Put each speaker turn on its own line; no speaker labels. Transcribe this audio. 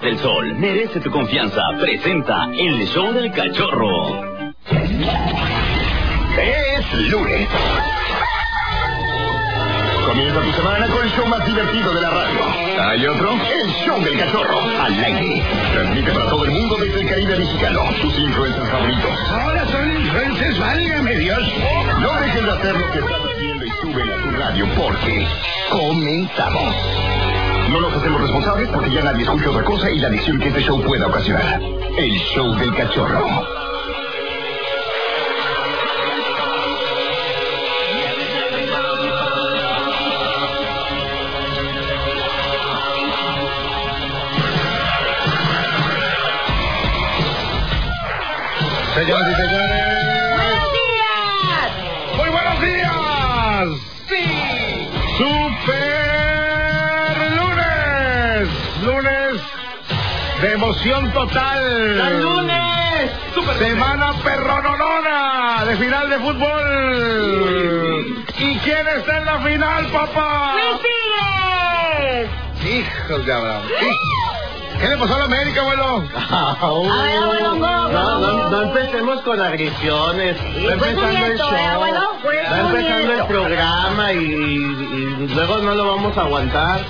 del Sol merece tu confianza. Presenta el show del cachorro.
Es lunes. Comienza tu semana con el show más divertido de la radio. ¿Hay otro? El show del cachorro. Al aire. Transmite para todo el mundo desde el Caribe mexicano. Sus influencers favoritos.
Ahora son influencers, válgame Dios.
No dejes de hacer lo que estás haciendo y suben a tu radio porque comenzamos. No nos hacemos responsables porque ya nadie escucha otra cosa y la adicción que este show pueda ocasionar. El show del cachorro.
Señoras y señores,
¡Buenos días!
muy buenos días.
¡Sí!
Super lunes. Lunes de emoción total.
lunes!
Semana perrononona de final de fútbol. ¿Y quién está en la final, papá?
¡Luis Tigres!
Hijos de Abraham. ¿Qué le pasó a la América, abuelo?
A ver, abuelo, go, go,
No, no,
go.
no empecemos con agresiones. Va
fue
empezando el
sediento,
show.
¿eh, abuelo? Fue
Va empezando
sediento.
el programa y, y luego no lo vamos a aguantar.